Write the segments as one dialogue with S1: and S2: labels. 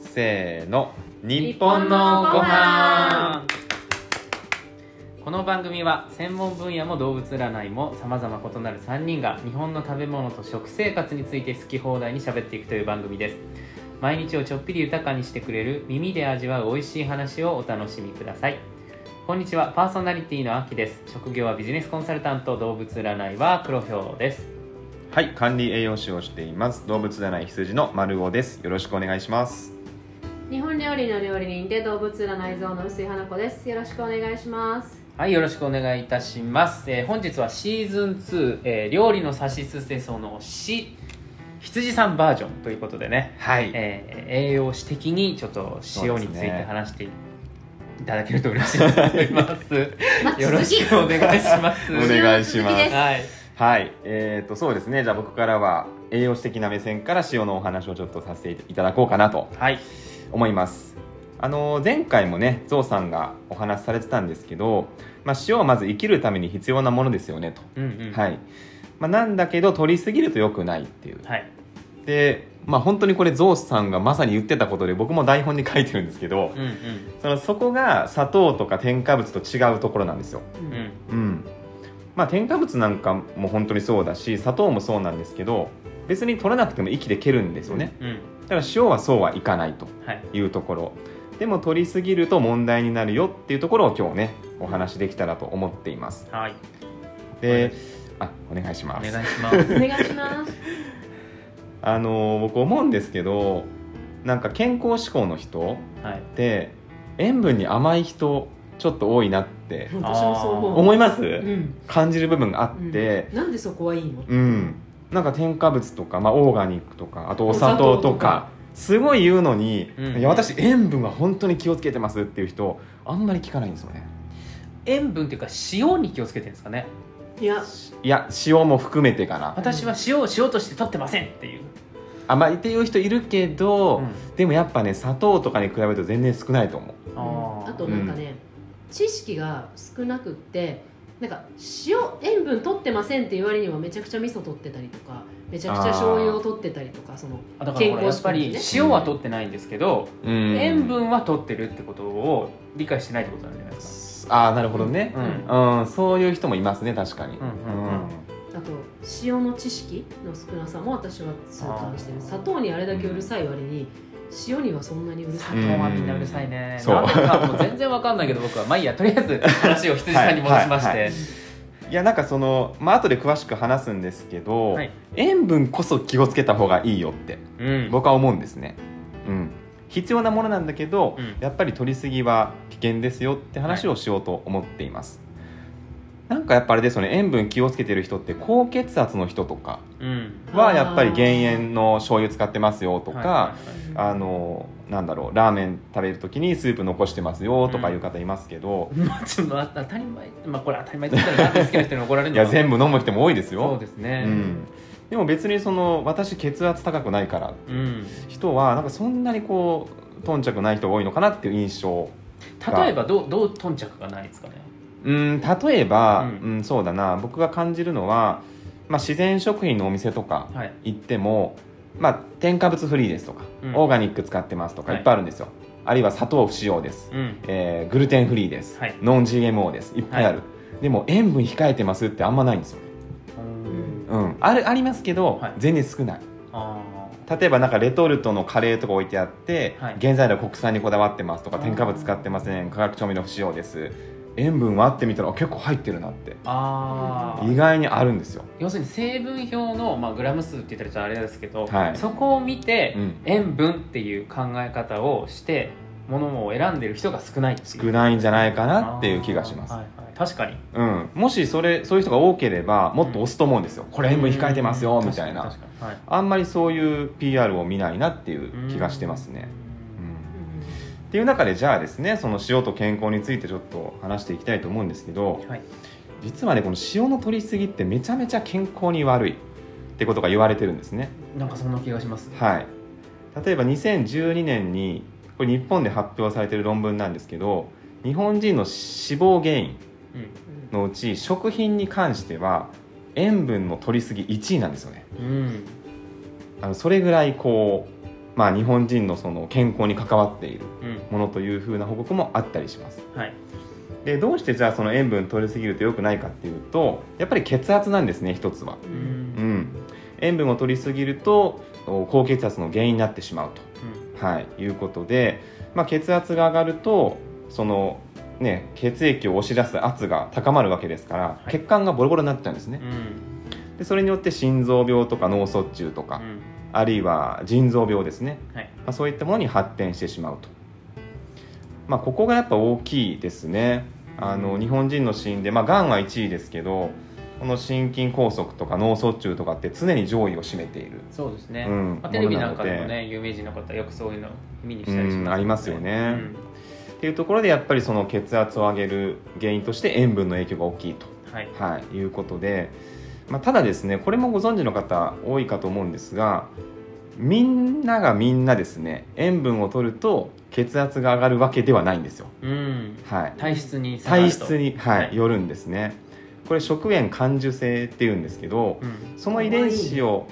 S1: せーの日本のご飯この番組は専門分野も動物占いもさまざま異なる3人が日本の食べ物と食生活について好き放題に喋っていくという番組です毎日をちょっぴり豊かにしてくれる耳で味わう美味しい話をお楽しみくださいこんにちはパーソナリティのあきです職業はビジネスコンサルタント動物占いは黒ひょうです
S2: はい、管理栄養士をしています。動物占い羊の丸尾です。よろしくお願いします。
S3: 日本料理の料理人で動物占い像の薄井花子ですよろしくお願いします
S1: はい、よろしくお願いいたします。えー本日はシーズン2、えー料理のさしすせそのし、羊さんバージョンということでね、
S2: はい、
S1: えー栄養士的にちょっと塩につい
S2: そうです
S1: て
S2: ね
S1: 話していただけると嬉しいと思います。
S3: まあ
S1: よろ
S3: 続き
S1: しくお願いします。
S2: お願いします
S3: 続きです
S1: はい、
S2: はい、えっ、と、そうですね。じゃあ、僕からは栄養士的な目線から塩のお話をちょっとさせていただこうかなと
S1: はい、
S2: 思います。あのー前回もね、ゾウさんがお話しされてたんですけど、まあ、塩はまず生きるために必要なものですよねと。
S1: うんうん、
S2: はい。まあ、なんだけど、取りすぎると良くないっていう。
S1: はい、
S2: で、まあ、本当にこれゾウさんがまさに言ってたことで、僕も台本に書いてるんですけど
S1: う、んうん
S2: そのそこが砂糖とか添加物と違うところなんですよ。
S1: う
S2: う
S1: ん、
S2: んまあ、添加物なんかも本当にそうだし砂糖もそうなんですけど別に取らなくても息でけるんですよね
S1: うん、
S2: だから塩はそうはいかないと
S1: はい、
S2: いうところでも取りすぎると問題になるよっていうところを今日ねお話しできたらと思っています
S1: はい、
S2: であお願いし
S1: お
S2: ます
S1: 願いします。
S3: お願いします
S2: あのー僕思うんですけどなんか健康志向の人
S1: はい、
S2: って塩分に甘い人ちょっと多いなって
S3: 私もそう思う
S2: 思います、
S3: うん
S2: 感じる部分があ
S3: う
S2: っ
S3: ん
S2: て、
S3: なんでそこはいいの
S2: うん、なんか添加物とか、まあ、オーガニックとかあとお砂糖とか
S3: お砂糖とか
S2: すごい言うのに、
S1: うん
S2: いや私塩分は本当に気をつけてますっていう人あんまり聞かないんですよね
S1: 塩分っていうか塩に気をつけてるんですかね。
S3: いや
S2: いや塩も含めてかな
S1: 私は塩を塩として取ってませんっていう。
S2: あまあっていう人いるけど、
S1: うん
S2: でもやっぱね砂糖とかに比べると全然少ないと思う
S1: あー
S3: あとなんかね、知識が少なくってなんか塩塩分取ってませんっていう割にはめちゃくちゃ味噌取ってたりとかめちゃくちゃ醤油を取ってたりとかその
S1: あだからほ
S3: 健
S1: らや
S3: 康志向
S1: っぱ
S3: の
S1: り
S3: ね
S1: 塩は取ってないんですけど、
S2: うん
S1: 塩分は取ってるってことを理解してないってことなんじゃないです
S2: ああなるほどね
S1: か、うん
S2: うん、そういう人もいますね確かに、
S1: うんうんうん
S3: あと塩の知識の少なさも私は痛感してる砂糖にあれだけうるさい割に塩にはそんなにうるさ
S1: 砂
S3: い、
S2: うん
S1: 糖はみんなうるさいね、
S2: そう
S1: なんでかもう全然わかんないけど僕はまあいいやとりあえず話を羊さんに戻しまして
S2: はいいやなんかそのまあ後で詳しく話すんですけど、
S1: はい
S2: 塩分こそ気をつけた方がいいよって
S1: うん
S2: 僕は思うんですね、うん、必要なものなんだけど、
S1: うん
S2: やっぱり取りすぎは危険ですよって話をしようと思っています、なんかやっぱあれですよね塩分気をつけてる人って高血圧の人とか
S1: うん
S2: はやっぱり減塩の醤油使ってますよとか、
S1: はい
S2: あのなんだろうラーメン食べる時にスープ残してますよとかいう方いますけど、
S1: まあちょっとまあ当たり前 まあこれ当たり前って言ったらなんで好きな人に怒られる
S2: い
S1: の
S2: や全部飲む人も多いです
S1: そう
S2: よ
S1: ですね
S2: うん、でも別にその私血圧高くないから
S1: うん
S2: 人はなんかそんなにこう頓着ない人が多いのかなっていう印象
S1: 例えばどうどう頓着がないですかね
S2: うん例えば、
S1: う
S2: うんんそうだな僕が感じるのは、まあ、自然食品のお店とか
S1: はい
S2: 行っても、まあ、添加物フリーですとか、
S1: うん
S2: オーガニック使ってますとか
S1: はい
S2: いっぱいあるんですよ、あるいは砂糖不使用です、
S1: うん
S2: えーグルテンフリーです、
S1: はい
S2: ノン GMO ですいっぱいある、でも塩分控えてますってあんまないんですよ、
S3: ん
S2: うん、あるありますけど、
S1: はい
S2: 全然少ない
S1: あ
S2: 例えばなんかレトルトのカレーとか置いてあって、
S1: はい
S2: 原材料国産にこだわってますとか
S3: あー
S2: 添加物使ってません化学調味料不使用です塩分はってみたらあ結構入ってるなって
S1: ーあー
S2: 意外にあるんですよ
S1: 要するに成分表の、まあ、グラム数って言ったらちょっとあれですけど、
S2: はい
S1: そこを見て、
S2: うん
S1: 塩分っていう考え方をしてものを選んでる人が少ないってい
S2: 少
S1: う
S2: ないんじゃないかなっていう気がします、
S1: あーはいはい確かに
S2: うん、もしそれそういう人が多ければもっと押すと思うんですよ、これ塩分控えてますよ
S1: うん
S2: みたいな
S1: 確かに確かにはい
S2: あんまりそういう PR を見ないなっていう気がしてますね、
S1: う
S2: うんん
S3: うん
S2: っていう中でじゃあですねその塩と健康についてちょっと話していきたいと思うんですけど、
S1: はい
S2: 実はねこの塩の取りすぎってめちゃめちゃ健康に悪いってことが言われてるんですね
S1: なんかそんな気がします
S2: はい例えば2012年にこれ日本で発表されてる論文なんですけど日本人の死亡原因
S1: う
S2: のうち食品に関しては塩分の取りすぎ1位なんですよね
S1: ん、うん
S2: あのそれぐらいこうまあ、日本人のその健康に関わっている
S1: うん
S2: ものというふうな報告もあったりします
S1: はい
S2: でどうしてじゃあその塩分取りすぎると良くないかっていうとやっぱり血圧なんですね一つは、う
S1: う
S2: んん、塩分を取りすぎるとお高血圧の原因になってしまうと、はい、いうことで、まあ、血圧が上がるとそのね血液を押し出す圧が高まるわけですから
S1: い
S2: 血管がボロボロになっちゃうんですね
S1: うんうん
S2: でそれによって心臓病とか脳卒中とか、
S1: うん
S2: あるいは腎臓病ですね、
S1: はい
S2: まあ、そういったものに発展してしまうと、まあ、ここがやっぱ大きいですねあの日本人の死因で、まあ、がんは1位ですけどこの心筋梗塞とか脳卒中とかって常に上位を占めている、
S1: そうですね、
S2: うん
S1: まあ、テレビなんかで
S2: も
S1: も
S2: のな
S1: ね有名人の方よくそういうの見にし
S2: う
S1: たりしますよ
S2: ん、
S1: ね
S2: ありますよね、っていうところでやっぱりその血圧を上げる原因として塩分の影響が大きいと、
S1: うんはい
S2: はい、いうことで、まあ、ただですねこれもご存知の方多いかと思うんですがみんながみんなですね塩分を取ると血圧が上がるわけではないんですよ、
S1: うん
S2: はい、
S1: 体質に差がある
S2: 体
S1: と
S2: 質に、は
S1: はい
S2: い、よるんですねこれ食塩感受性っていうんですけど
S1: うん
S2: その遺伝子を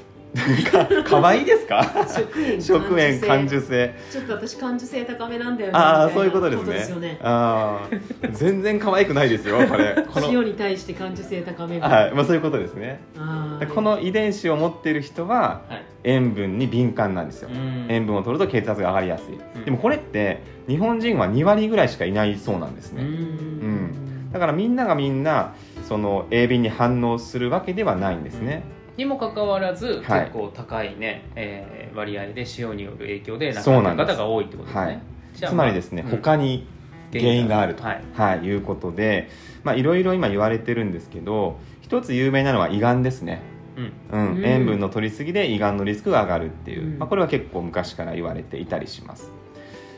S2: かかわいいですか 食塩感受性
S3: ちょっと私感受性高めなんだよね
S2: ああ
S3: みたな
S2: そういうことですね
S3: よね
S2: ああ全然可愛くないですよこれこの、
S3: 塩に対して感受性高めみたいな
S2: はいまあ、そういうことですね
S3: あ
S2: で
S3: ー
S2: この遺伝子を持っている人は
S1: はい
S2: 塩分に敏感なんですよ、
S1: うん
S2: 塩分を取ると血圧が上がりやすい、
S1: うん
S2: でもこれって日本人は2割ぐらいしかいないそうなんです
S1: う
S2: ね、
S1: ん
S2: だからみんながみんなその鋭敏に反応するわけではないんですね、
S1: にもかかわらず、
S2: はい
S1: 結構高いね、えー割合で塩による影響で亡く
S2: そう
S1: な
S2: な
S1: る
S2: んです
S1: 方が多いってことですね、
S2: はい
S1: じゃあ
S2: つまりですね、
S1: まあうん
S2: 他に原因があると、
S1: はい
S2: はい、いうことでまあいろいろ今言われてるんですけど一つ有名なのは胃がんですね、
S1: うん
S2: うん
S3: うん
S2: 塩分の取りすぎで胃がんのリスクが上がるっていう、
S3: うん
S2: まあ、これは結構昔から言われていたりします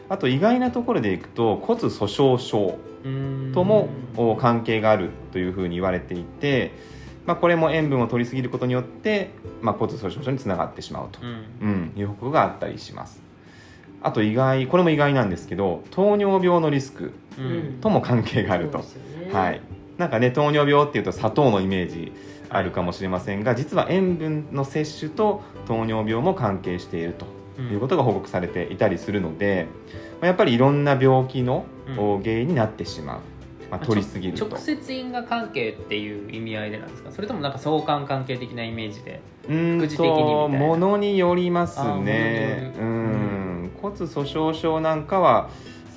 S2: あと意外なところでいくと骨粗しょう症
S1: うん
S2: ともお関係があるというふうに言われていて、まあ、これも塩分を取りすぎることによって、まあ、骨粗しょう症につながってしまうと
S1: う、ん
S2: うん、いう報告があったりしますあと意外これも意外なんですけど糖尿病のリスク
S1: う
S3: うんん
S2: とも関係があると、
S3: そうですよね
S2: はい、なんかね糖尿病っていうと砂糖のイメージあるかもしれませんが実は塩分の摂取と糖尿病も関係しているということが報告されていたりするので、まあやっぱりいろんな病気の
S1: うん
S2: お原因になってしまう、まあ、取りすぎると
S1: 直接因果関係っていう意味合いでなんですかそれともなんか相関関係的なイメージで
S2: うーん
S1: 副次的にみた
S2: と
S1: いな
S2: ものによりますね
S1: あー物による
S2: うん骨粗しょう症なんかは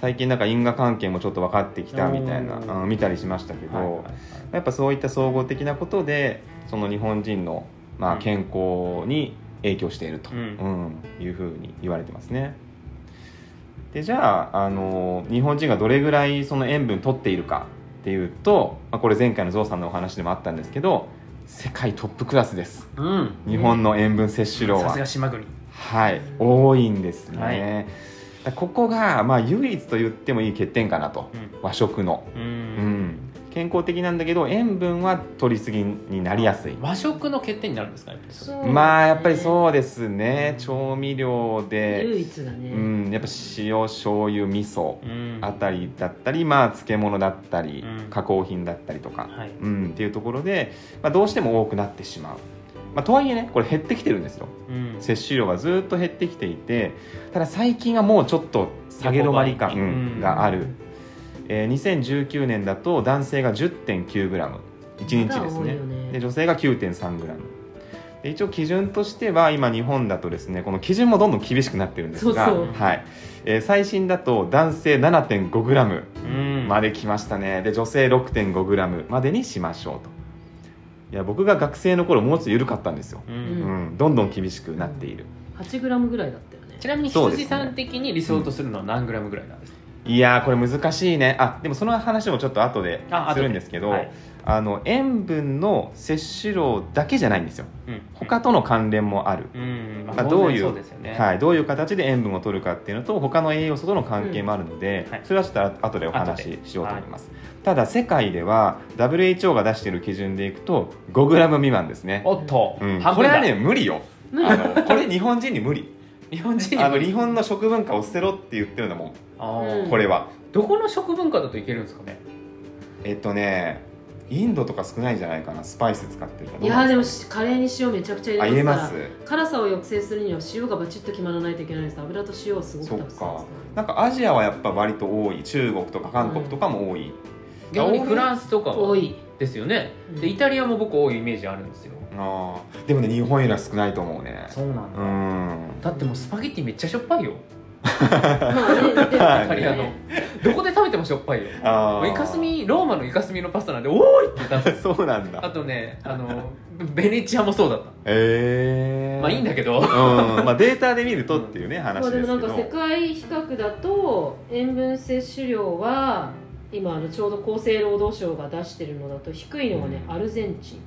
S2: 最近なんか因果関係もちょっと分かってきたみたいな
S1: おー
S2: うん見たりしましたけど、
S1: はいはいはい
S2: やっぱそういった総合的なことでその日本人の、ま
S1: う
S2: あ、
S1: ん
S2: 健康に影響していると、
S1: うん
S2: うんいうふうに言われてますね。でじゃああの日本人がどれぐらいその塩分取っているかっていうと、まあ、これ前回のゾウさんのお話でもあったんですけど世界トップクラスです
S1: うん
S2: 日本の塩分摂取量
S1: さ
S2: は
S1: す、が島国
S2: はい、多いんですね。
S1: はい
S2: だからここが、まあ、唯一と言ってもいい欠点かなと
S1: うん
S2: 和食の。
S1: う
S2: うんん、健康的なんだけど塩分は取りすぎになりやすい
S1: 和食の欠点になるんですかやっぱりそれ
S3: そう
S2: まあやっぱりそうです
S1: う
S2: ね
S1: ん
S2: 調味料で、
S3: 唯一だね、
S2: うん、やっぱ塩醤油味噌
S1: うん
S2: あたりだったりまあ漬物だったり
S1: うん
S2: 加工品だったりとか、
S1: はい
S2: うん、っていうところで、まあ、どうしても多くなってしまう、まあ、とはいえねこれ減ってきてるんですよ
S1: うん
S2: 摂取量がずっと減ってきていてただ最近はもうちょっと下げ止まり感
S1: 横ばい
S2: うんがある、えー2019年だと男性が 10.9g1 日です
S3: まだ多い
S2: ね
S3: よね
S2: で女性が 9.3g で一応基準としては今日本だとですねこの基準もどんどん厳しくなってるんですが
S3: そう
S1: そう
S2: はいえー最新だと男性 7.5g
S1: うん
S2: まで来ましたねで女性 6.5g までにしましょうといや僕が学生の頃もうちょっと緩かったんですよ
S1: う
S2: うんん、どんどん厳しくなっている、
S3: 8グラムぐらいだったよね
S1: ちなみに
S2: そうです
S1: 羊
S2: ね
S1: さん的に理想とするのは何グラムぐらいなんですか
S2: いやーこれ難しいねあでもその話もちょっと後で
S1: あ後です
S2: るんですけどあ、
S1: はい
S2: の塩分の摂取量だけじゃないんですよ
S1: うん
S2: 他との関連もある、
S1: うんま
S2: ま
S1: あ
S2: あどういう
S1: 当然そうですよね
S2: はい、どういう形で塩分を取るかっていうのと他の栄養素との関係もあるので、
S1: うんはい
S2: それはちょっと後でお話
S1: 後
S2: ししようと思います、ただ世界では WHO が出している基準でいくと 5g 未満ですね、
S1: おっと
S2: うん、
S1: 半
S2: こ
S1: 分
S2: れ
S1: だ
S2: はね無理よ
S3: 無理
S2: あのこれ日本人に 無理
S1: 日本人に
S2: あの日本の食文化を捨てろって言ってるんだもん
S1: あー
S3: うん
S2: これは、
S1: どこの食文化だといけるんですかね
S2: えっとねインドとか少ないんじゃないかなスパイス使ってるか
S3: いやーでもしカレーに塩めちゃくちゃ
S2: あ
S3: 入
S2: 入
S3: れ
S2: れ
S3: ま
S2: ます
S3: から
S2: す
S3: 辛さを抑制するには塩がバチッと決まらないといけないです油と塩はすごくたくさん使
S2: そっ
S3: う
S2: なんかアジアはやっぱ割と多い中国とか韓国とかも多い、
S1: 逆にフランスとかは
S3: 多い、
S1: ですよね
S3: うん
S1: でイタリアも僕多いイメージあるんですよ
S2: あーでもね日本よりは少ないと思うね
S1: そうなん
S2: う
S1: だ、
S2: ん
S1: だってもうスパゲッティめっちゃしょっぱいよ
S3: まあね出てる からね
S1: イタリアのどこで食べてもしょっぱいよ
S2: あー
S1: イカスミローマのイカスミのパスタなんでおーいってなっ た
S2: そうなんだ
S1: あとねあのベネチアもそうだっ
S2: えー、
S1: たまあいいんだけど
S2: うんまあ、データで見るとっていうね、
S3: ま
S2: 話
S3: あ
S2: で
S3: です
S2: け
S3: もなんか世
S2: ど
S3: 界比較だと塩分摂取量は今あのちょうど厚生労働省が出してるのだと低いのがね、
S2: うん
S3: アルゼンチン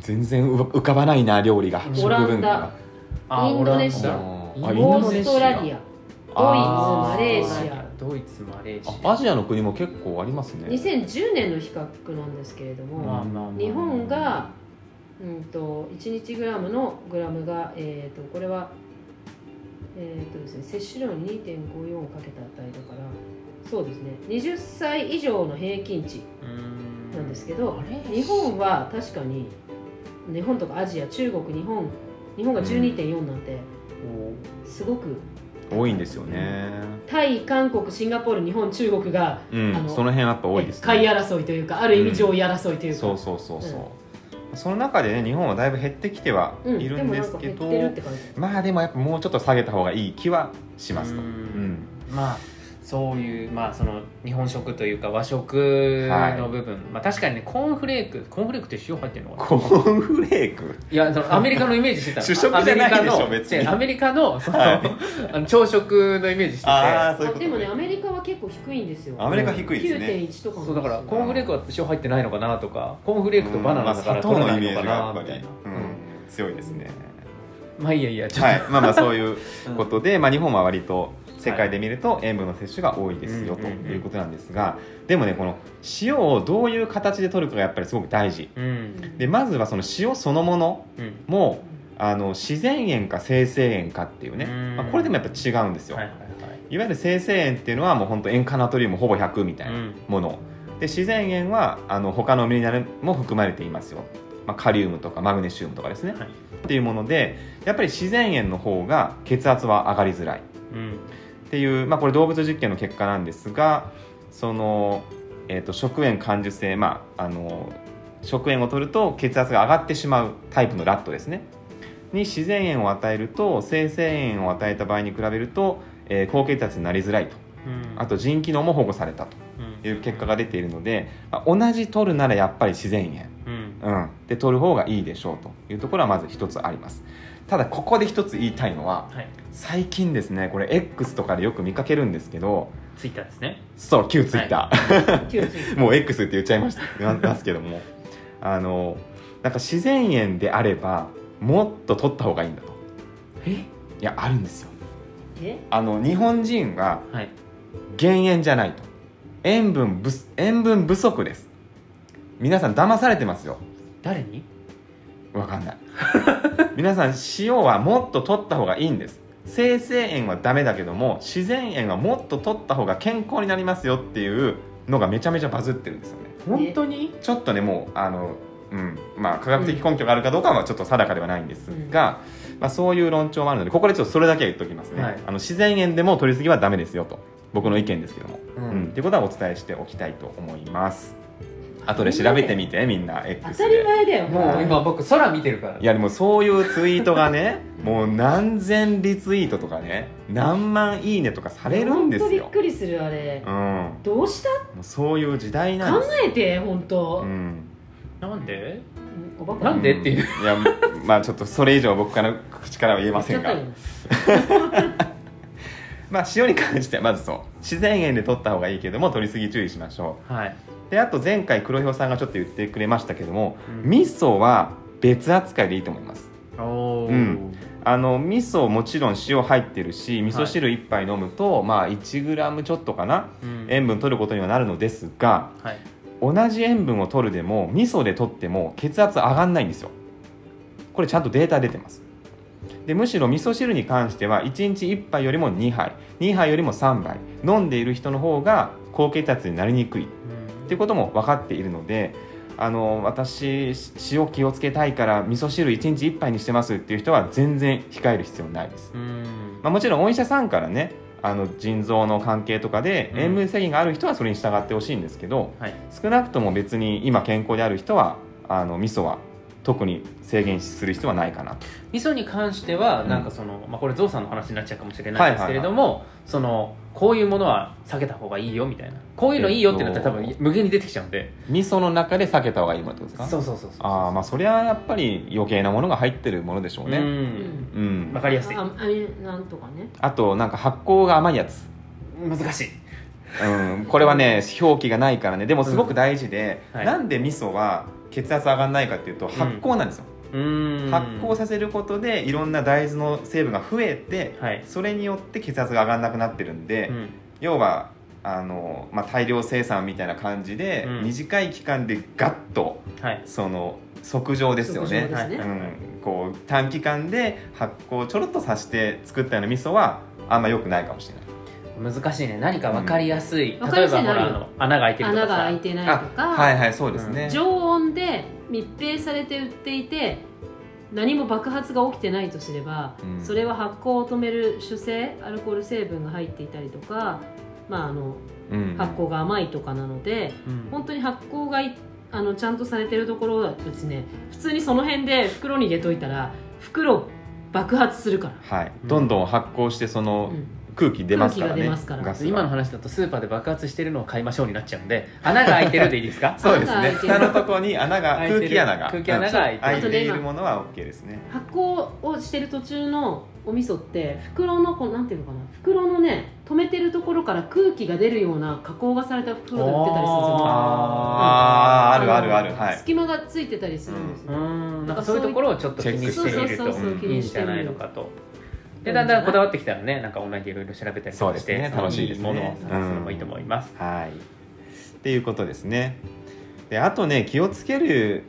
S2: 全然うわ浮かばないな料理が
S1: オ
S3: ランダ
S2: 食文化が
S1: あー
S3: インドネシア
S1: オラン
S2: あ
S1: イン
S3: オ
S1: ド
S3: ー
S1: ネ
S3: ス
S1: シア
S3: トラリア
S2: あ
S1: ダ
S3: ドイツマレーシ
S2: あ
S3: ア
S1: ドイツマレーシ
S2: アジアの国も結構ありますね
S3: 2010年の比較なんですけれど
S1: ア
S3: も、日本が、うん、と1日グラムのグラムが、えー、とこれは、えーとですね、摂取量に2.54をかけた値だからそうですね20歳以上の平均値
S1: な
S3: なんですけど日
S1: 日本
S3: 本は確かに日本とかアジア中国日本日本が12.4なんてすごく
S2: 多いんですよね
S3: タイ韓国シンガポール日本中国が
S2: うん
S3: あの
S2: その辺はやっぱ多いです
S3: 買い
S2: ね
S3: 争いというかある意味上位争いというか、
S2: そうそうそうそう、その中でね日本はだいぶ減ってきては
S3: うん
S2: いるんですけ
S3: で
S2: ど、
S3: もなんか減ってるって感じ
S2: まあでもやっぱもうちょっと下げた方がいい気はしますと、
S1: う
S2: うんん
S1: まあそういうまあその日本食というか和食の部分、まあ確かにねコーンフレークコーンフレークって塩入ってるのかな
S2: コーンフレーク
S1: いやそのアメリカのイメージしてたの
S2: 主食じゃないでしょ別に
S1: アメリカの違うアメリカのそのあの朝食のイメージしてて
S2: ああそういう
S3: あ
S2: こと
S3: でもねアメリカは結構低いんですよ
S2: アメリカ低いですね
S3: 9.1とかも
S1: そうだからコーンフレークは塩入ってないのかなとかコーンフレークとバナナだから
S2: うん
S1: 取
S2: まあ砂糖の
S1: らな
S2: イ
S1: い
S2: メー
S1: の
S2: ジ
S1: か
S2: がや
S1: な
S2: っぱ
S1: みた
S2: り、
S1: いな
S2: うん強いですね
S1: まあいいやいやちょっ
S2: はいまあまあそういう
S1: と、うん
S2: ことで、まあ、日本は割と世界で見ると塩分の摂取が多いですよ、
S1: うん
S2: と
S1: うんうん
S2: いうことなんですがでもねこの塩をどういう形で取るかがやっぱりすごく大事
S1: うん
S2: でまずはその塩そのもの
S1: うん
S2: もあの自然塩か生成塩かっていうね、
S1: うん
S2: まあ、これでもやっぱ違うんですよ、
S1: はい
S2: い、
S1: はいはい
S2: わゆる生成塩っていうのはもう本当塩化ナトリウムほぼ100みたいうなんもの、で自然塩はあの他のミネラルも含まれていますよ、まあ、カリウムとかマグネシウムとかですね、
S1: はい
S2: っていうものでやっぱり自然塩の方が血圧は上がりづらい
S1: うん
S2: っていう、まあ、これ動物実験の結果なんですがその、えー、と食塩感受性、まあ、あの食塩を取ると血圧が上がってしまうタイプのラットですねに自然塩を与えると生成塩を与えた場合に比べると、えー高血圧になりづらいと
S1: うん
S2: あと腎機能も保護されたと
S1: うん
S2: いう結果が出ているので、まあ、同じ取るならやっぱり自然塩
S1: うん
S2: うん、で取る方がいいでしょうというところはまず一つありますただここで一つ言いたいのは
S1: はい
S2: 最近ですねこれ X とかでよく見かけるんですけど
S1: ツイッターですね
S2: そう旧 Twitter、
S3: 9.1
S2: もう X って言っちゃいましたなますけどもあのなんか自然塩であればもっと取った方がいいんだと
S1: え
S2: いやあるんですよ
S3: え
S2: あの日本人は
S1: はい
S2: 減塩じゃないと塩分不塩分不足です皆さん騙されてますよ
S1: 誰に
S2: わかんない 皆さん塩はもっと取った方がいいんです生成塩はダメだけども自然塩はもっと取った方が健康になりますよっていうのがめちゃめちゃバズってるんですよね
S1: 本当に
S2: ちょっとねもうあのうんまあ科学的根拠があるかどうかはちょっと定かではないんですが、まあ、そういう論調もあるのでここでちょっとそれだけは言っておきますね、
S1: はい
S2: あの自然塩でも取りすぎはダメですよと僕の意見ですけども
S1: う
S2: うんん、っていうことはお伝えしておきたいと思います後で調べてみてみんな X で
S3: 当たり前だよ
S1: もう今僕空見てるから
S2: いやでもそういうツイートがね もう何千リツイートとかね何万いいねとかされるんです
S3: 本当びっ
S2: よ、
S3: くりするあれ
S2: うん、も
S3: どうした
S2: うそういう時代なん
S3: 考
S2: です
S3: えて本当
S2: うん、
S1: なんで
S3: おバ
S1: な
S3: カ
S1: んでっていう
S2: いやまあちょっとそれ以上僕から口からは言えませんが
S3: 言っちゃったよ
S2: まあ塩に関してはまずそう自然塩で取った方がいいけども取りすぎ注意しましょ
S1: はい、
S2: うであと前回黒ひょうさんがちょっと言ってくれましたけども
S1: み
S2: 味噌は別扱いでいいと思います
S1: おー
S2: うんあの味噌もちろん塩入ってるし味噌汁1杯飲むと、まあ 1g ちょっとかな
S1: うん
S2: 塩分取ることにはなるのですが
S1: はい
S2: 同じ塩分を取るでも味噌で取っても血圧上がんないんですよこれちゃんとデータ出てますでむしろ味噌汁に関しては1日1杯よりも2杯2杯よりも3杯飲んでいる人の方が高血圧になりにくいっ
S1: うん
S2: てことも分かっているのであの私塩気をつけたいから味噌汁1日1杯にしてますっていう人は全然控える必要ないです、
S1: うん
S2: まあ、もちろんお医者さんからねあの腎臓の関係とかで
S1: うん
S2: 塩分制限がある人はそれに従ってほしいんですけど、
S1: はい
S2: 少なくとも別に今健康である人はあの味噌は特に制限する必要はないかなと
S1: 味噌に関しては
S2: うん
S1: なんかその、まあ、これゾウさんの話になっちゃうかもしれないですけれども、そのこういうものは避けた方がいいよみたいなこういうのいいよってなったら多
S2: え
S1: 分
S2: っと
S1: 無限に出てきちゃうんで、
S2: 味噌の中で避けた方がいいものってことですか
S1: そうそうそうそう
S2: ああまあそれはやっぱり余計なものが入ってるものでしょう
S1: う
S2: ね
S1: ん
S2: うん、
S1: わかりやすい
S3: ああれなんとかね
S2: あとなんか発酵が甘いやつ
S1: 難しい
S2: うん、これはね表記がないからねでもすごく大事で、
S1: うんはい
S2: なんで味噌は血圧上がらないかっていうと発酵なんですよ、
S1: うん
S2: 発酵させることでいろんな大豆の成分が増えて
S1: はい、
S2: それによって血圧が上がらなくなってるんで、
S1: うん
S2: 要はあの、まあ、大量生産みたいな感じで、
S1: うん
S2: 短い期間でガッと
S1: はい
S2: その測定ですよ
S3: 測
S2: ね
S3: 定ですね
S2: うん、こう短期間で発酵をちょろっとさせて作ったような味噌はあんま良くないかもしれない。
S1: 難しいね何か分かりやすい、
S3: うん
S1: 例
S3: 分かり
S1: えば
S3: やすい
S1: ほ
S3: のある
S1: らあの穴が開いてると
S3: 穴
S1: か
S3: が
S1: さ
S3: 開いてないとか、
S2: あはいはいそうですね、
S3: 常温で密閉されて売っていて何も爆発が起きてないとすれば、
S2: うん
S3: それは発酵を止める主成アルコール成分が入っていたりとか、まあ、あの
S2: うん
S3: 発酵が甘いとかなので、
S1: うん
S3: 本当に発酵がいあのちゃんとされてるところはですね普通にその辺で袋に入れといたら袋爆発するから、
S2: はい、
S1: うん
S2: どんどん発酵してその
S3: うん
S2: 空気出ますから
S3: 空気
S2: ね、
S3: が出ますから
S2: ガスが
S1: 今の話だとスーパーで爆発してるのを買いましょうになっちゃうんで穴が開いてるでいいですか
S2: そうですね
S3: 穴が開いてる
S2: 蓋のとこに穴が
S1: 開いてる
S2: 空気穴が
S1: 空気穴が
S2: う
S1: 開いてる
S2: ん開いているものは OK ですね
S3: 発酵をしてる途中のお味噌って袋のこうなんていうのかな袋のね止めてるところから空気が出るような加工がされた袋で売ってたりするんですよ
S2: あーあるあるあるはい
S3: 隙間がついてたりするんです
S1: う
S3: よ、
S1: んなんかそういうところをちょっと気にしてみる
S3: そうそうそうそう
S2: うん
S1: といいんじゃないのかと。で
S3: うん
S1: だんだんこだわってきたらねなんかオンラインでいろいろ調べたりと
S2: そう
S1: か
S2: で
S1: し
S2: す
S1: て
S2: ね楽しいですね
S1: ものを探すのもいいと思います、
S2: はいっていうことですねであとね気をつける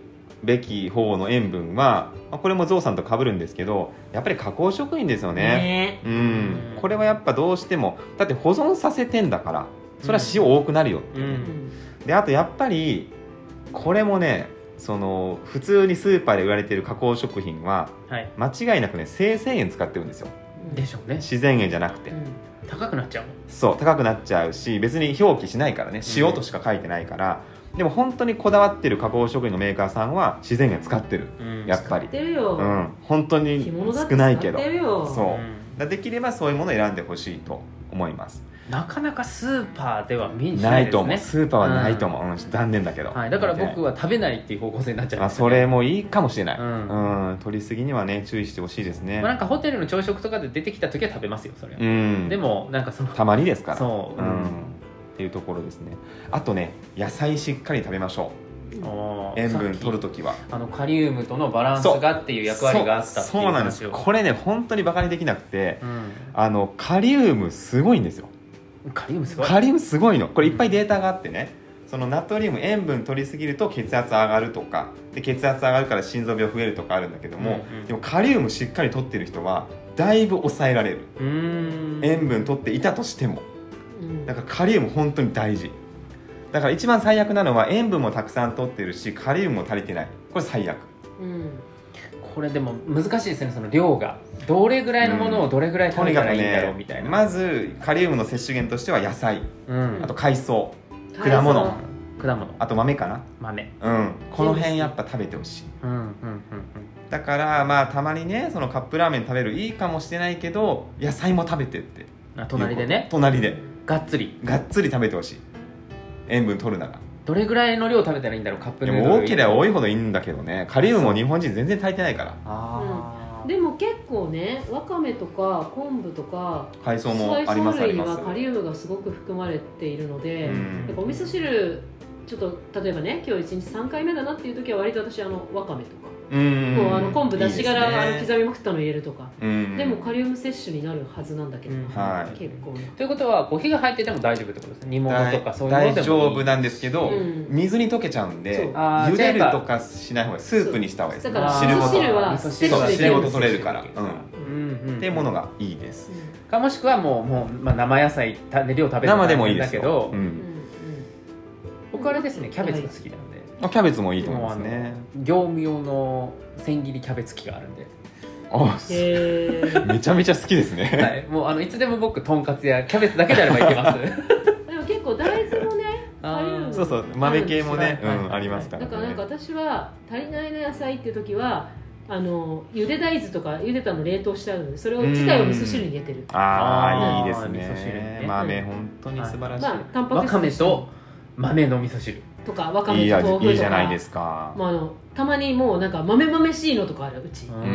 S2: べき方の塩分はまあこれもゾウさんと被るんですけどやっぱり加工食品ですよね
S3: ね
S2: うんこれはやっぱどうしてもだって保存させてんだからそれは塩多くなるよっていうね、
S1: うん
S2: であとやっぱりこれもねその普通にスーパーで売られてる加工食品は
S1: はい
S2: 間違いなくね生鮮塩使ってるんですよ
S1: でしょうね
S2: 自然塩じゃなくて、
S3: うん
S1: 高くなっちゃう
S2: そう高くなっちゃうし別に表記しないからね塩としか書いてないから、でも本当にこだわってる加工食品のメーカーさんは自然塩使ってる
S1: もん、
S2: やっぱ
S1: り
S2: り
S3: 知ってるよ、
S2: うん本当
S3: 着
S2: に
S3: 物だって
S2: 少ないけど
S3: 使ってるよ
S2: そうだできればそういうものを選んでほしいと思います
S1: なかなかスーパーでは見にし
S2: な
S1: ない
S2: い
S1: で
S2: と
S1: す
S2: 思う
S1: ね
S2: スーパーはないと思う、うん残念だけど、
S1: はい、だから僕
S2: は、
S1: は食べないっていう方向性になっちゃい
S2: まあ、
S1: ます
S2: そ
S1: よね、
S2: れもいいかもしれない、
S1: うん
S2: うん、取りすぎにはね注意してほしいですね、
S1: まあ、なんかホテルの朝食とかで出てきた時は食べますよそれは、
S2: うん、
S1: でもなんかその
S2: たまにですから、
S1: そう
S2: ん、っていうところですねあとね野菜しっかり食べましょ
S3: うん
S1: お
S2: う
S1: ー
S2: 塩
S1: さっ
S2: 分
S1: き
S2: 取るときは
S1: あのカリウムとのバランスがっていう役割があったって
S2: そ
S1: いうう
S2: そうなんです
S1: 話
S2: よ
S1: を
S2: これね本当にバカにできなくて
S1: う
S2: あのカリウムすごいんですよ
S1: ん、カリウムすごい
S2: カリウムすごいのこれいっぱいデータがあってねそのナトリウム塩分取りすぎると血圧上がるとかで血圧上がるから心臓病増えるとかあるんだけども、
S1: うんうん
S2: でもカリウムしっかり取ってる人はだいぶ抑えられる
S1: うーん
S2: 塩分取っていたとしても
S3: うん
S2: だからカリウム本当に大事だから一番最悪なのは塩分もたくさん取ってるしカリウムも足りてないこれ最悪
S3: うん
S1: これでも難しいですねその量がどれぐらいのものをどれぐらい
S2: と
S1: 食べ
S2: に
S1: た
S2: かく
S1: らいいんだろ
S2: ね
S1: うみたいな、
S2: まずカリウムの摂取源としては野菜
S1: うん、
S2: あと海藻物
S3: 果物
S1: 果物
S2: あと豆か
S1: 豆
S2: なうんこの辺やっぱ食べてほしい
S1: うんうんうん
S2: だからまあたまにねそのカップラーメン食べるいいかもしれないけど野菜も食べてって
S1: うんあ隣でね
S2: 隣で
S1: がっつり
S2: がっつり食べてほしい塩分取るなら
S1: どれぐらいの量食べたらいいんだろうカップ
S2: で
S1: ヌードル
S2: も多ければ多
S1: い
S2: いほどいいんだけどねカリウムも日本人全然足りてないから
S1: あー
S3: でも結構ねわかめとか昆布とか
S2: 海藻も
S3: 海
S2: あります
S3: 藻
S2: あり
S3: 類に
S2: ます
S3: はカリウムがすごく含まれているので、
S2: うん
S3: やっぱお味噌汁ちょっと例えばね今日一日3回目だなっていう時は割と私あのわかめとか、
S2: うん
S3: もうあの昆布だし
S2: い
S3: 殻
S2: い
S3: あの
S2: ですね
S3: 刻みまくったの入れるとか、
S2: うん
S3: でもカリウム摂取になるはずなんだけど、
S1: うん
S2: はい
S3: 結構ね
S1: ということはコーヒーが入ってても大丈夫ってことですね煮物とかそういうの
S2: 大
S1: でもいい
S2: 丈夫なんですけど、
S3: うん
S2: 水に溶けちゃうん
S3: そう
S2: で
S1: あー
S2: 茹でるとかしない方がいいスープにした方がいいです
S3: だ
S2: ね
S3: から
S1: あー
S3: 汁ごと汁は
S1: 味噌
S2: そう
S3: 摂取できる
S2: 汁ごと取れるから、
S1: うん
S2: うん、
S1: うんうん
S2: っていうものがいいです
S1: かもしくはもうもう、まあ、生野菜た量食べるの
S2: 生でもいいで
S1: だ
S2: す
S1: け
S2: よ
S1: ど、
S2: う
S3: うん
S2: ん
S3: うん
S1: 僕あれですねキャベツが好きなんで、
S2: あキャベツもいいと思いますね
S1: もうあの業務用の千切りキャベツ機があるんで、
S2: あ
S3: へえ
S2: めちゃめちゃ好きです
S1: は
S2: ね
S1: い、もうあのいつでも僕とんかつやキャベツだけであればいけま す
S3: でも結構大豆 もね
S1: あ ー
S2: そうそう豆系もね、う
S1: はい
S2: ん、ありますか
S3: だ
S2: ら
S3: からなんか
S2: ね
S3: 私は足りないな野菜っていう時はあの茹で大豆とか茹でたの冷凍してあるのでそれを自体を味噌汁に入れてる
S2: ああいいです
S1: あー味噌
S2: ね
S1: 汁ね
S2: 豆本当に素晴らしい、
S3: まあタンパ
S1: わ
S3: ク
S1: かめ
S3: 質
S1: と豆の味噌汁
S3: とかわか
S2: い
S3: め
S2: い
S3: と
S2: 味
S3: 豆腐とか
S2: いいじゃないですか、
S3: まあ、あのたまにもうなんか豆豆しいのとかあるうち、
S2: う
S1: うん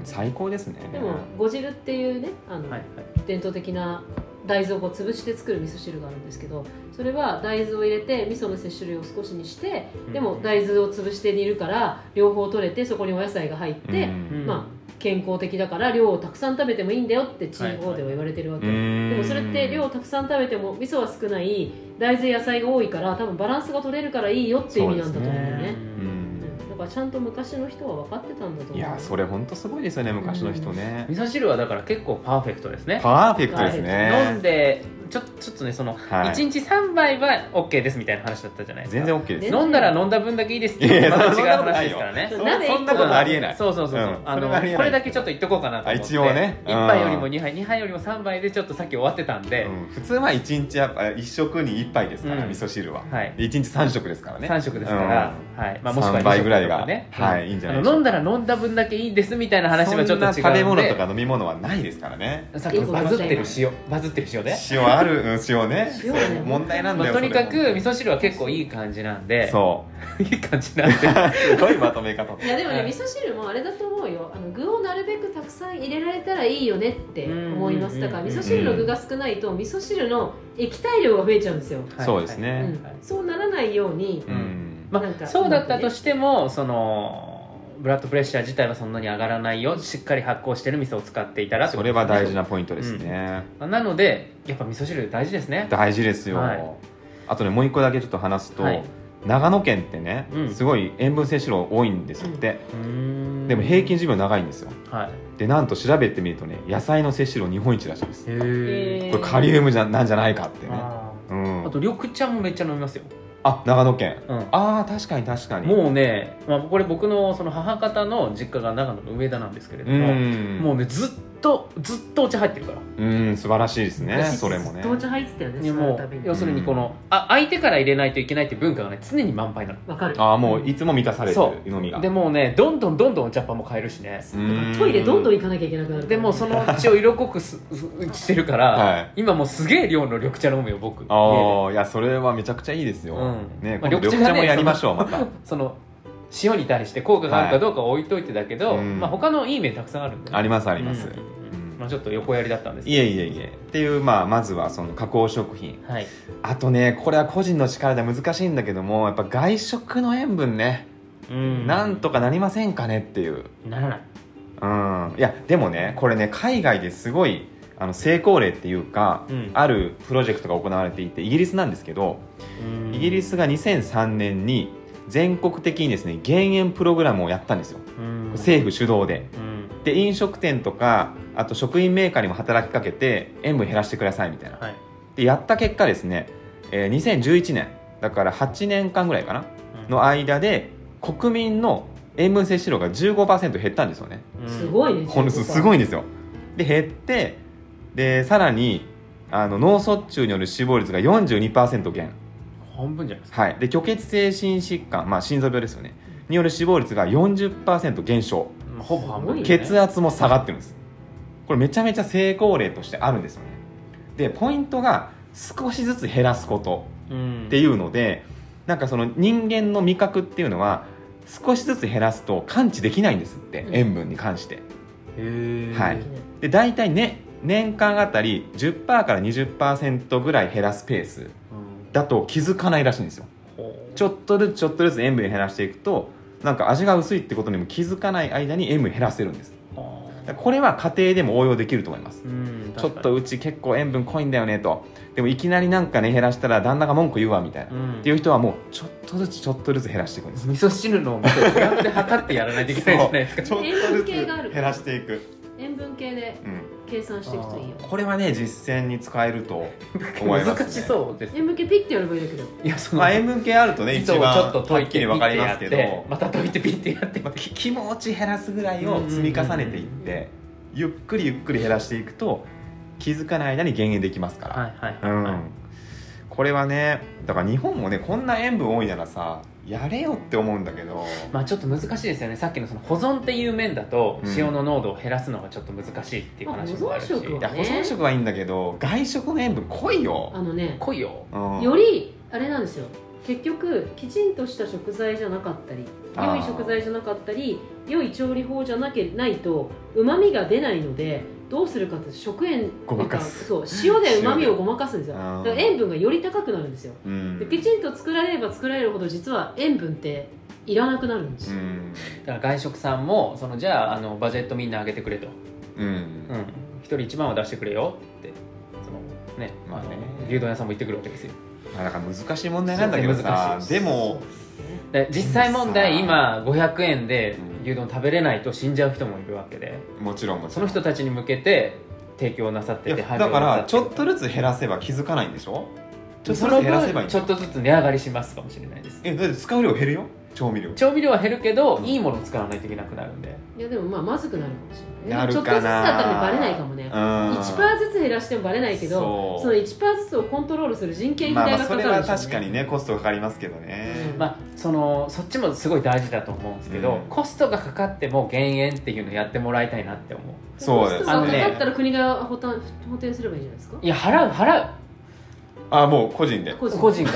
S2: ん最高ですね
S3: でも呉汁っていうねあの、
S1: はいはい
S3: 伝統的な大豆をこう潰して作る味噌汁があるんですけどそれは大豆を入れて味噌の摂取量を少しにしてでも大豆を潰して煮るから両方取れてそこにお野菜が入っ
S2: う
S3: て
S2: ん
S3: ま健康的だから量をたくさん食べてもいいんだよって地方では言われてるわけ、でもそれって量をたくさん食べても味噌は少ない大豆野菜が多いから多分バランスが取れるからいいよっていう意味なんだと思うんだよ
S2: うん
S3: ね
S1: うん
S3: うんだからちゃんと昔の人は分かってたんだと思う
S2: い
S3: い
S2: やそれ本当すごいですよね昔の人ね、
S1: 味噌汁はだから結構パーフェクトですね
S2: パーフェクトです
S1: 飲ん
S2: ね、
S1: でちょちょっとねその、
S2: はい
S1: 一日3杯は OK ですみたいな話だったじゃないです
S2: 全
S1: か
S2: 然 OK です
S3: ね
S2: よ
S1: 飲んだら飲んだ分だけいいですって
S2: いや
S1: い
S2: いうや
S1: また違
S2: そん
S1: う
S2: なこと
S1: 話
S2: ない
S1: です
S2: よ
S1: からね
S3: そ
S2: そ
S3: 鍋
S2: んそんなことありえない
S1: そうそうそうそう、
S2: うん
S1: あ
S2: それはありえな
S1: の
S2: い
S1: これだけちょっと言っとこうかなと思って
S2: あ一応ねうん
S1: 1杯よりも2杯2杯よりも3杯でちょっとさっき終わってたんで、
S2: うん普通は1日やっぱ一食に1杯ですから、
S1: うん
S2: 味噌汁は
S1: はい
S2: 1日3食ですからね
S1: 3食ですから、はいまあ、もしくは
S2: 3杯ぐらい
S1: 二食とか
S2: が、
S1: ね、
S2: はいいいんじゃ
S1: あ
S2: ないでしょう
S1: の
S2: か
S1: 飲んだら飲んだ分だけいいですみたいな話はちょっと違うんで
S2: そんな食べ物とか飲み物はないですからね
S1: さっきのバズってる塩バズってる塩ね、
S2: 塩ある、うん、塩ね
S3: 塩はね
S2: そう問題なんだ
S1: まあ、
S2: よ
S1: とにかく
S2: それも
S1: 味噌汁は結構いい感じなんで
S2: そ
S1: いい感じなん で
S2: うすごいまとめ方
S3: いやでもね、
S1: はい
S3: 味噌汁もあれだと思うよあの具をなるべくたくさん入れられたらいいよねって思いま
S1: う
S3: す
S1: ん
S3: だから味噌汁の具が少ないと味噌汁の液体量が増えちゃうんですよ、
S1: はい
S2: そうですね
S3: う
S1: はい
S3: んそうならないように
S2: うん
S1: ま
S3: なん
S1: あ、
S3: か
S1: そうだったとしてもそのブラッドプレッシャー自体はそんなに上がらないよしっかり発酵してる味噌を使っていたらって
S2: そ
S1: こ
S2: れ
S1: とですね
S2: は大事なポイントですね、
S1: なのでやっぱ味噌汁大事ですね
S2: 大事ですよ、
S1: はい
S2: あとねもう一個だけちょっと話すと、
S1: はい
S2: 長野県ってね、
S1: うん
S2: すごい塩分摂取量多いんですって、で
S1: で
S2: も平均寿命長いんですよ
S1: はい
S2: でなんと調べてみるとね野菜の摂取量日本一らしいです
S1: へ
S3: ー
S1: え
S2: これカリウムじゃなんじゃないかってね
S1: あ
S2: う
S1: ーあ
S2: ん
S1: と緑茶もめっちゃ飲みますよ、
S2: あ長野県
S1: うん、
S2: ああ確かに確かに
S1: もうね、まあ、これ僕のその母方の実家が長野の上田なんですけれど
S2: う
S1: も、
S2: ん
S1: もうねずっとずっとお茶入ってるから
S2: うん素晴らしいですね
S3: 私
S2: それもね
S3: 紅茶入ってたよね
S1: ね
S3: その
S1: も
S3: たび
S1: う
S3: に
S1: 要するにこの、あ相手から入れないといけないって文化がね常に満杯なの
S3: わかる
S2: ああもういつも満たされて
S1: そ
S2: る飲みが
S1: でもうねどんどんどんどんお茶っ葉も買えるしね
S3: だからトイレどんどん行かなきゃいけなくなる
S1: でもうその血を色濃くすすしてるから、
S2: はい
S1: 今もうすげえ量の緑茶飲むよ僕
S2: ああいやそれはめちゃくちゃいいですよ、
S1: うん
S2: ね
S1: ま
S2: 今
S1: あ
S2: 度緑
S1: 緑茶
S2: 茶
S1: ね
S2: もやりましょうまた
S1: その塩に対して効果があるかどうかは置いといてだけど、
S2: うん
S1: まあ、他のいい面たくさんあるんでね、
S2: ありますあります、
S1: うん
S2: うん
S1: まあ、ちょっと横やりだったんです
S2: いえいえいえっていう、まあ、まずはその加工食品
S1: はい、
S2: あとねこれは個人の力では難しいんだけどもやっぱ外食の塩分ね、
S1: うん
S2: なんとかなりませんかねっていう
S1: ならない
S2: うんいやでもねこれね海外ですごいあの成功例っていうか、
S1: うん
S2: あるプロジェクトが行われていてイギリスなんですけどイギリ
S1: ス
S2: スが2003年に全国的にですね減塩プログラムをやったんですよ政府主導で
S1: うん
S2: で飲食店とかあと食品メーカーにも働きかけて塩分減らしてくださいみたいな
S1: はい
S2: でやった結果ですね、えー2011年だから8年間ぐらいかなの間で国民の塩分摂取量が15%減ったんですよね
S1: うん
S3: すごいね
S2: この数すご
S3: い
S2: いんですよで減ってでさらにあの脳卒中による死亡率が42%減
S1: 半分じゃないですか
S2: はい、で虚血性心疾患、まあ、心臓病ですよねによる死亡率が40%減少
S1: まあほぼ半分、
S3: すごい
S2: 血圧も下がってるんですこれめちゃめちゃ成功例としてあるんですよねでポイントが少しずつ減らすこと
S1: うん
S2: っていうのでなんかその人間の味覚っていうのは少しずつ減らすと感知できないんですって
S3: うん
S2: 塩分に関して
S1: へえ
S2: はいで大体ね年間あたり10%から20%ぐらい減らすペースだと気づかないらしいんですよち
S1: ょ
S2: ょっとずつちょっとずつ塩分減らしていくとなんか味が薄いってことにも気づかない間に塩分減らせるんですだからこれは家庭でも応用できると思います
S1: うん
S2: ちょっとうち結構塩分濃いんだよねとでもいきなりなんかね減らしたら旦那が文句言うわみたいな、
S1: うん
S2: っていう人はもうちょっとずつちょっとずつ減らしていくんです
S1: 味噌汁の味噌をグラムで測ってやらないといけないじゃないですか
S2: そう
S3: 塩分計がある
S2: 減らしていく
S3: 塩分計で
S2: うん、
S3: 計算していくといいよ
S2: これはね実践に使えると思います、ね、
S1: 難しそうです
S3: 塩分計ピッてやればいいだけだよ
S1: いやそ
S2: まあ、塩分計あるとね一
S1: 糸をちょ
S2: 番
S1: っと
S2: は
S1: 解い
S2: っき
S1: て
S2: り
S1: ピ
S2: 分かりま
S1: ッ
S2: すけ
S1: てやって
S2: ど、
S1: また解いてピッてやって
S2: まあ、き気持ち減らすぐらいを積み重ねていって、ゆっくりゆっくり減らしていくと気づかない間に減塩できますから、
S1: はいはい
S2: うん
S1: はいはい
S2: これはねだから日本もねこんな塩分多いならさやれよって思うんだけど、
S1: まあちょっと難しいですよねさっきのその保存っていう面だと
S2: うん
S1: 塩の濃度を減らすのがちょっと難しいっていう話もあるし、
S3: まあ保存食
S2: いや
S3: は
S2: 保存食はいいんだけど外食の塩分濃いよ
S3: あ、のね
S1: 濃いよ
S2: うん、
S3: よりあれなんですよ結局きちんとした食材じゃなかったり
S2: あー
S3: 良い食材じゃなかったり良い調理法じゃなけないとうまみが出ないのでどうするかって食塩
S2: ごまかす
S3: そう塩でうまみをごまかすんですよ
S2: あー
S3: だから塩分がより高くなるんですよ
S2: うん
S3: できちんと作られれば作られるほど実は塩分っていらなくなるんです
S2: う
S3: よ、
S2: ん
S1: だから外食さんもそのじゃああのバジェットみんな上げてくれと、
S2: うん
S1: うん、一人一万は出してくれよってそのね,、
S2: まあね
S1: あの牛丼屋さんも言ってくるわけですよ
S2: まあだから難しい問題なんだけどさ
S1: そう
S2: でも
S1: で実際問題
S2: うん
S1: 今500円で
S2: うん
S1: 牛丼食べれないと死んじゃう人もいるわけで
S2: もちろんもち
S1: そ
S2: ろ
S1: の
S2: ん
S1: 人たちに向けて提供なさっ
S2: い
S1: て
S2: や
S1: て
S2: だからちょっと
S1: ず
S2: ずつ減らせば気づかないんでしょちょっと
S1: そ
S2: ずつ
S1: の
S2: 減らせばいい
S1: 分ちょっとずつ値上がりしますかもしれないです
S2: えだって使う量減るよ調味料
S1: 調味料は減るけどいいものを使わないといけなくなるんで
S3: いやでもまあまずくなるかもしれない
S2: なるかな
S3: ちょっとずつだったらバレないかもね
S2: うん
S3: 1%ずつ減らしてもバレないけど
S2: そう
S3: その1%ずつをコントロールする人件費
S2: まあま
S3: 代
S2: あそ
S3: がかかる
S2: れ
S3: でしょうね
S2: は確かにねコストかかりますけどね
S3: うん
S1: まあ、そのそっちもすごい大事だと思うんですけど、
S2: うん
S1: コストがかかっても減塩っていうのやってもらいたいなって思う
S2: そうです
S3: コスト
S1: あ
S3: が
S1: の
S3: か
S1: ね
S3: かったら国が補填補填すればいいじゃないですか
S1: いや払う払
S2: あもう個人で
S3: 個
S1: う
S3: 人
S1: 個人が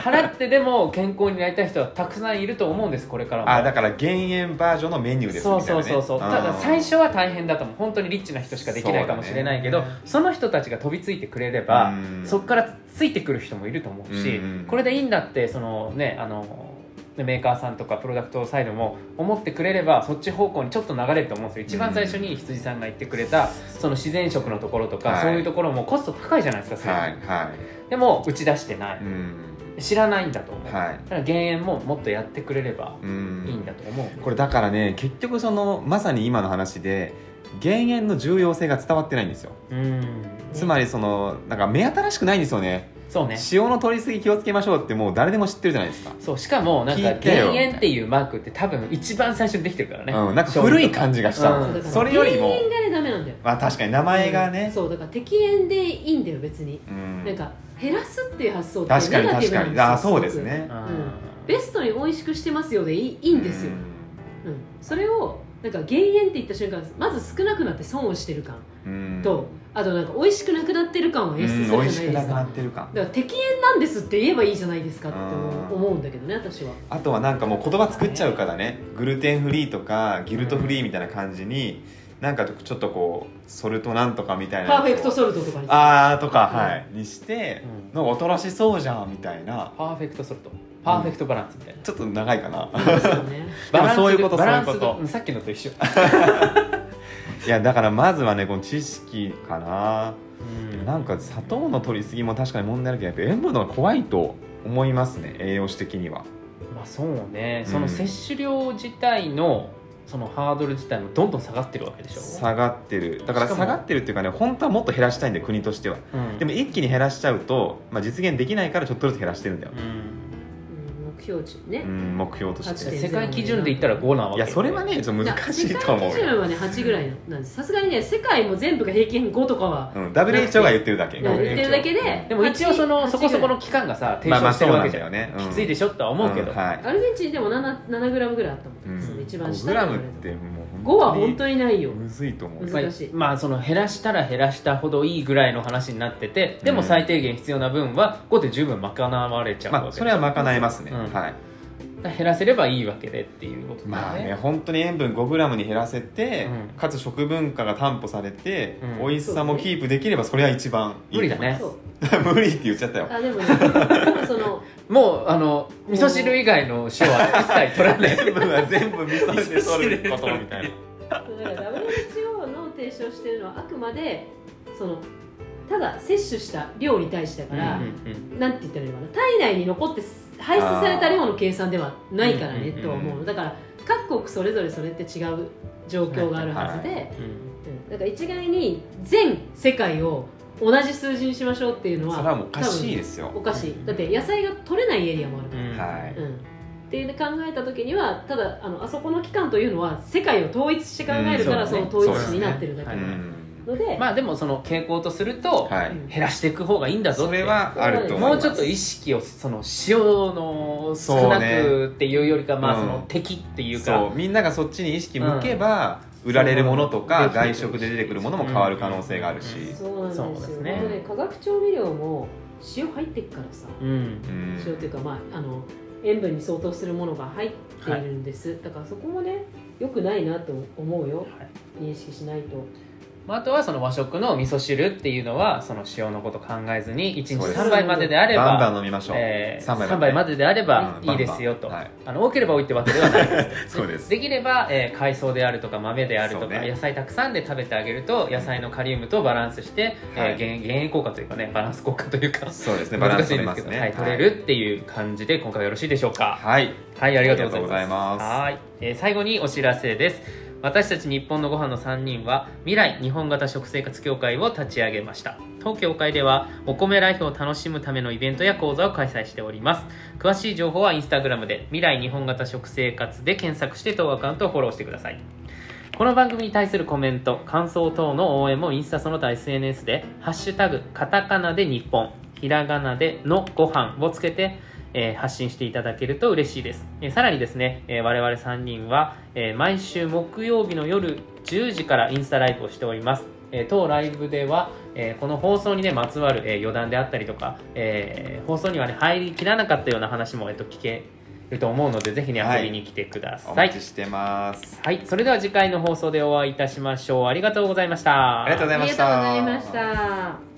S1: 払ってでも健康になりたい人はたくさんいると思うんですこれからも
S2: あだから減塩バージョンのメニューですみ
S1: そ
S2: たいな
S1: うそう
S2: ね
S1: そうそうただ最初は大変だと思う本当にリッチな人しかできないかもしれないけど
S2: そう
S1: そ,、
S2: だね
S1: の人たちが飛びついてくれれば、そこからついてくる人もいると思うし、
S2: うんうん
S1: これでいいんだってそのねあのメーカーさんとかプロダクトサイドも思ってくれればそっち方向にちょっと流れると思うんですよ一番最初に羊さんが言ってくれたその自然食のところとか、
S2: はい
S1: そういうところもコスト高いじゃないですかそれ
S2: はいはい
S1: でも打ち出してない、
S2: うん
S1: 知らないんだと思う、
S2: はい
S1: だから減塩ももっとやってくれれば
S2: うん
S1: いいんだと思う、
S2: これだからね結局そのまさに今の話で減塩の重要性が伝わってないんですよ
S1: うん
S2: つまりそのなんか目新しくないんですよね
S1: そうね
S2: 塩の取りすぎ気をつけましょうってもう誰でも知ってるじゃないですか、
S1: そうしかもなん
S2: 聞
S1: か
S2: いてよ
S1: 減塩っていうマークって多分一番最初にできてるからね、
S2: うん、なんか古い感じがした、
S1: うん
S3: だから
S2: それよりも
S3: 定員がねダメなんだよ
S2: まあ確かに名前がね、
S3: そうだから適円でいいんだよ別に、
S2: うん
S3: なんか減らすっていう発想って
S2: 確かに
S3: ネガテ
S2: 確
S3: ィブな
S2: か
S3: ん
S2: に
S3: ですよ
S2: ああそうですね
S1: う
S3: すごくベストに美味しくしてますよでいいいいんですよ、うんそれをなんか減塩って言った瞬間まず少なくなって損をしてる感
S2: うん
S3: と、あとなんか美味しくなくなってる感を
S2: うん
S3: 演出す
S2: 美
S3: る
S2: 味
S3: じゃ
S2: しく
S3: ないで
S2: な
S3: す
S2: く
S3: か、
S2: なってるか
S3: だから適円なんですって言えばいいじゃないですかって
S2: うん
S3: 思うんだけどね私は
S2: あとはなんかもう言葉作っちゃうからねグルテンフリーとかギルトフリーみたいな感じになんかちょっとこうソルトなんとかみたいな
S3: パーフェクトソルトとかに
S2: あーとか、はい、にして
S1: う、ん
S2: なんかおとなしそうじゃんみたいな
S1: パーフェクトソルトパーフェクトバランスみたいな、
S2: ちょっと長いかな
S3: ですよね
S2: でもそういうこと
S1: バランス
S2: そういうこと
S1: んさっきのと一緒、
S2: いやだからまずはねこの知識かななんか砂糖の取りすぎも確かに問題あるけどやっぱ塩分の方が怖いと思いますね栄養士的には
S1: まあそうね
S2: うん
S1: その摂取量自体のそのハードル自体もどんどん下がってるわけでしょ、
S2: 下がってるだから
S1: しかも
S2: 下がってるっていうかね本当はもっと減らしたいんで国としては
S1: うん
S2: でも一気に減らしちゃうと、まあ、実現できないからちょっとずつ減らしてるんだよ
S1: う、ん
S3: うん目標値ね、
S2: うん、目標とし
S3: 確か
S2: て
S3: に
S1: 世界基準で言ったら5なわけ
S2: いやそれはねちょっと難しいと思う
S3: 世界基準
S2: よ、
S3: はね8ぐらいなんですさすがにね世界も全部が平均5とかは
S2: うん、WHO が言ってるだけ
S1: な
S3: 言
S1: ん
S3: っ
S1: で
S3: てるだけで
S1: でも一応その
S3: 8
S1: そこそこの期間がさ提
S2: まあま
S1: 唱
S2: あ
S1: して
S2: そう
S1: るわ
S2: な
S1: け
S2: ん
S1: じ
S2: だ
S1: ゃ
S2: よ
S1: ん
S2: ね、うん
S1: きついでしょとは思うけど、
S2: んはい
S3: アルゼンチンでも 7, 7グラムぐらいあったもん、
S2: うん
S3: その一番
S2: 5
S3: 下
S2: グ
S3: の
S2: ラ
S3: とこ
S2: ム
S3: ろ
S2: ってもう
S3: 5は本当にないよ
S2: むずいと思う
S3: む
S2: よ
S3: ず難しい
S1: まあ、まあその減らしたら減らしたほどいいぐらいの話になっててでも最低限必要な分は5で十分賄われちゃうわけ
S2: まあ
S1: で
S2: それは賄えますね、
S1: うん
S2: はい
S1: 減らせればいいわけでっていうことだよ
S2: まあね本当に塩分 5g に減らせて、
S1: うん
S2: かつ食文化が担保されて、
S1: うん
S2: 美味しさもキープできればそれは一番いい
S1: 無理だね
S3: そ う
S2: 無理って言っちゃったよ
S3: あでもね でもその
S1: もうあの味噌汁以外の塩は一切取らない
S2: 塩分は全部味噌汁で取ることみたいな
S3: だから WHO の提唱してるのはあくまでそのただ摂取した量に対してだから、なんて言ったらいいのかな体内に残って排出された量の計算ではないからね
S1: うん
S3: とは思うのだから各国それぞれそれって違う状況があるはず
S2: は
S3: で、
S1: うん
S3: うんだから一概に全世界を同じ数字に しましょうっていうのは
S2: それはもうおかしいです
S3: 多分お
S2: よ、
S3: かしいだって野菜が取れないエリアもあるか
S1: うん
S2: は
S3: ら、うん、っていうの考えた時にはただあのあそこの機関というのは世界を統一して考えるから、
S1: うん
S3: そ
S1: そう
S3: の
S1: ね
S3: 統一視になってるだ
S2: い
S3: け
S2: う
S1: そ
S3: な
S2: うん
S3: ので、
S1: まあでもその傾向とすると
S2: は
S3: う
S2: い
S3: ん
S1: 減らしていく方がいいんだぞっ
S2: そ
S1: て
S2: れはあると思い
S1: も
S2: ま
S1: う
S2: す
S1: ちょっと意識をその塩の少な
S2: そ
S1: くっていうよりか、まあ
S2: うん
S1: その敵っていう
S2: そ
S1: か
S2: うみんながそっちに意識向けば、売られるものと
S1: う
S2: か
S1: ん
S2: 外食で出てくるものも変わる可能性があるし、
S3: そうなんです
S1: そう
S3: よ
S1: ですね
S3: なので化学調味料も塩入ってっからさ、
S1: うん
S2: うん
S3: 塩というか、まあ、あの塩分に相当するものが入っているんです、だからそこもねよくないなと思うよ
S1: はい
S3: 認識しないと
S1: まああとはその和食の味噌汁っていうのはその塩のこと考えずに1日
S2: そうです
S1: 3杯までであれば
S2: バンバン飲みましょう、
S1: えー
S2: 三杯まで
S1: 3杯までであれば
S2: うん
S1: いいですよと、
S2: バンバンはい
S1: あの多ければ多いってわけではないです
S2: そうです
S1: できれば、えー海藻であるとか豆であると
S2: そ
S1: か、
S2: うね
S1: 野菜たくさんで食べてあげると野菜のカリウムとバランスして、
S2: はい
S1: えー減減塩効果というかねバランス効果というか
S2: そうですねバラ
S1: 難
S2: ン
S1: し
S2: ス
S1: い
S2: 取
S1: ん
S2: れ
S1: です
S2: ます
S1: けど、
S2: ね
S1: はい、取れるっていう感じで今回はよろしいでしょうか
S2: はい、はい
S1: はい、ありがとうござい
S2: ありがとうございま
S1: ます。
S2: す
S1: はい、えー最後にお知らせです。私たち日本のご飯の3人は未来日本型食生活協会を立ち上げました当協会ではお米ライフを楽しむためのイベントや講座を開催しております詳しい情報はインスタグラムで未来日本型食生活で検索して当アカウントをフォローしてくださいこの番組に対するコメント感想等の応援もインスタその他 SNS で「ハッシュタグカタカナで日本」ひらがなでのご飯をつけてえー発信していただけると嬉しいです、えーさらにですね、えー我々3人は、えー毎週木曜日の夜10時からインスタライブをしております、えー当ライブでは、えーこの放送に、ね、まつわる、えー余談であったりとか、えー放送には、ね、入りきらなかったような話も、えーと聞けると思うのでぜひね
S2: はい
S1: 遊びに来てくださ
S2: お
S1: い、
S2: 待ちしてます、
S1: はい、それでは次回の放送でお会いいたしましょうありがとうございまし
S2: あ
S1: た
S2: りがとうございました
S3: ありがとうございました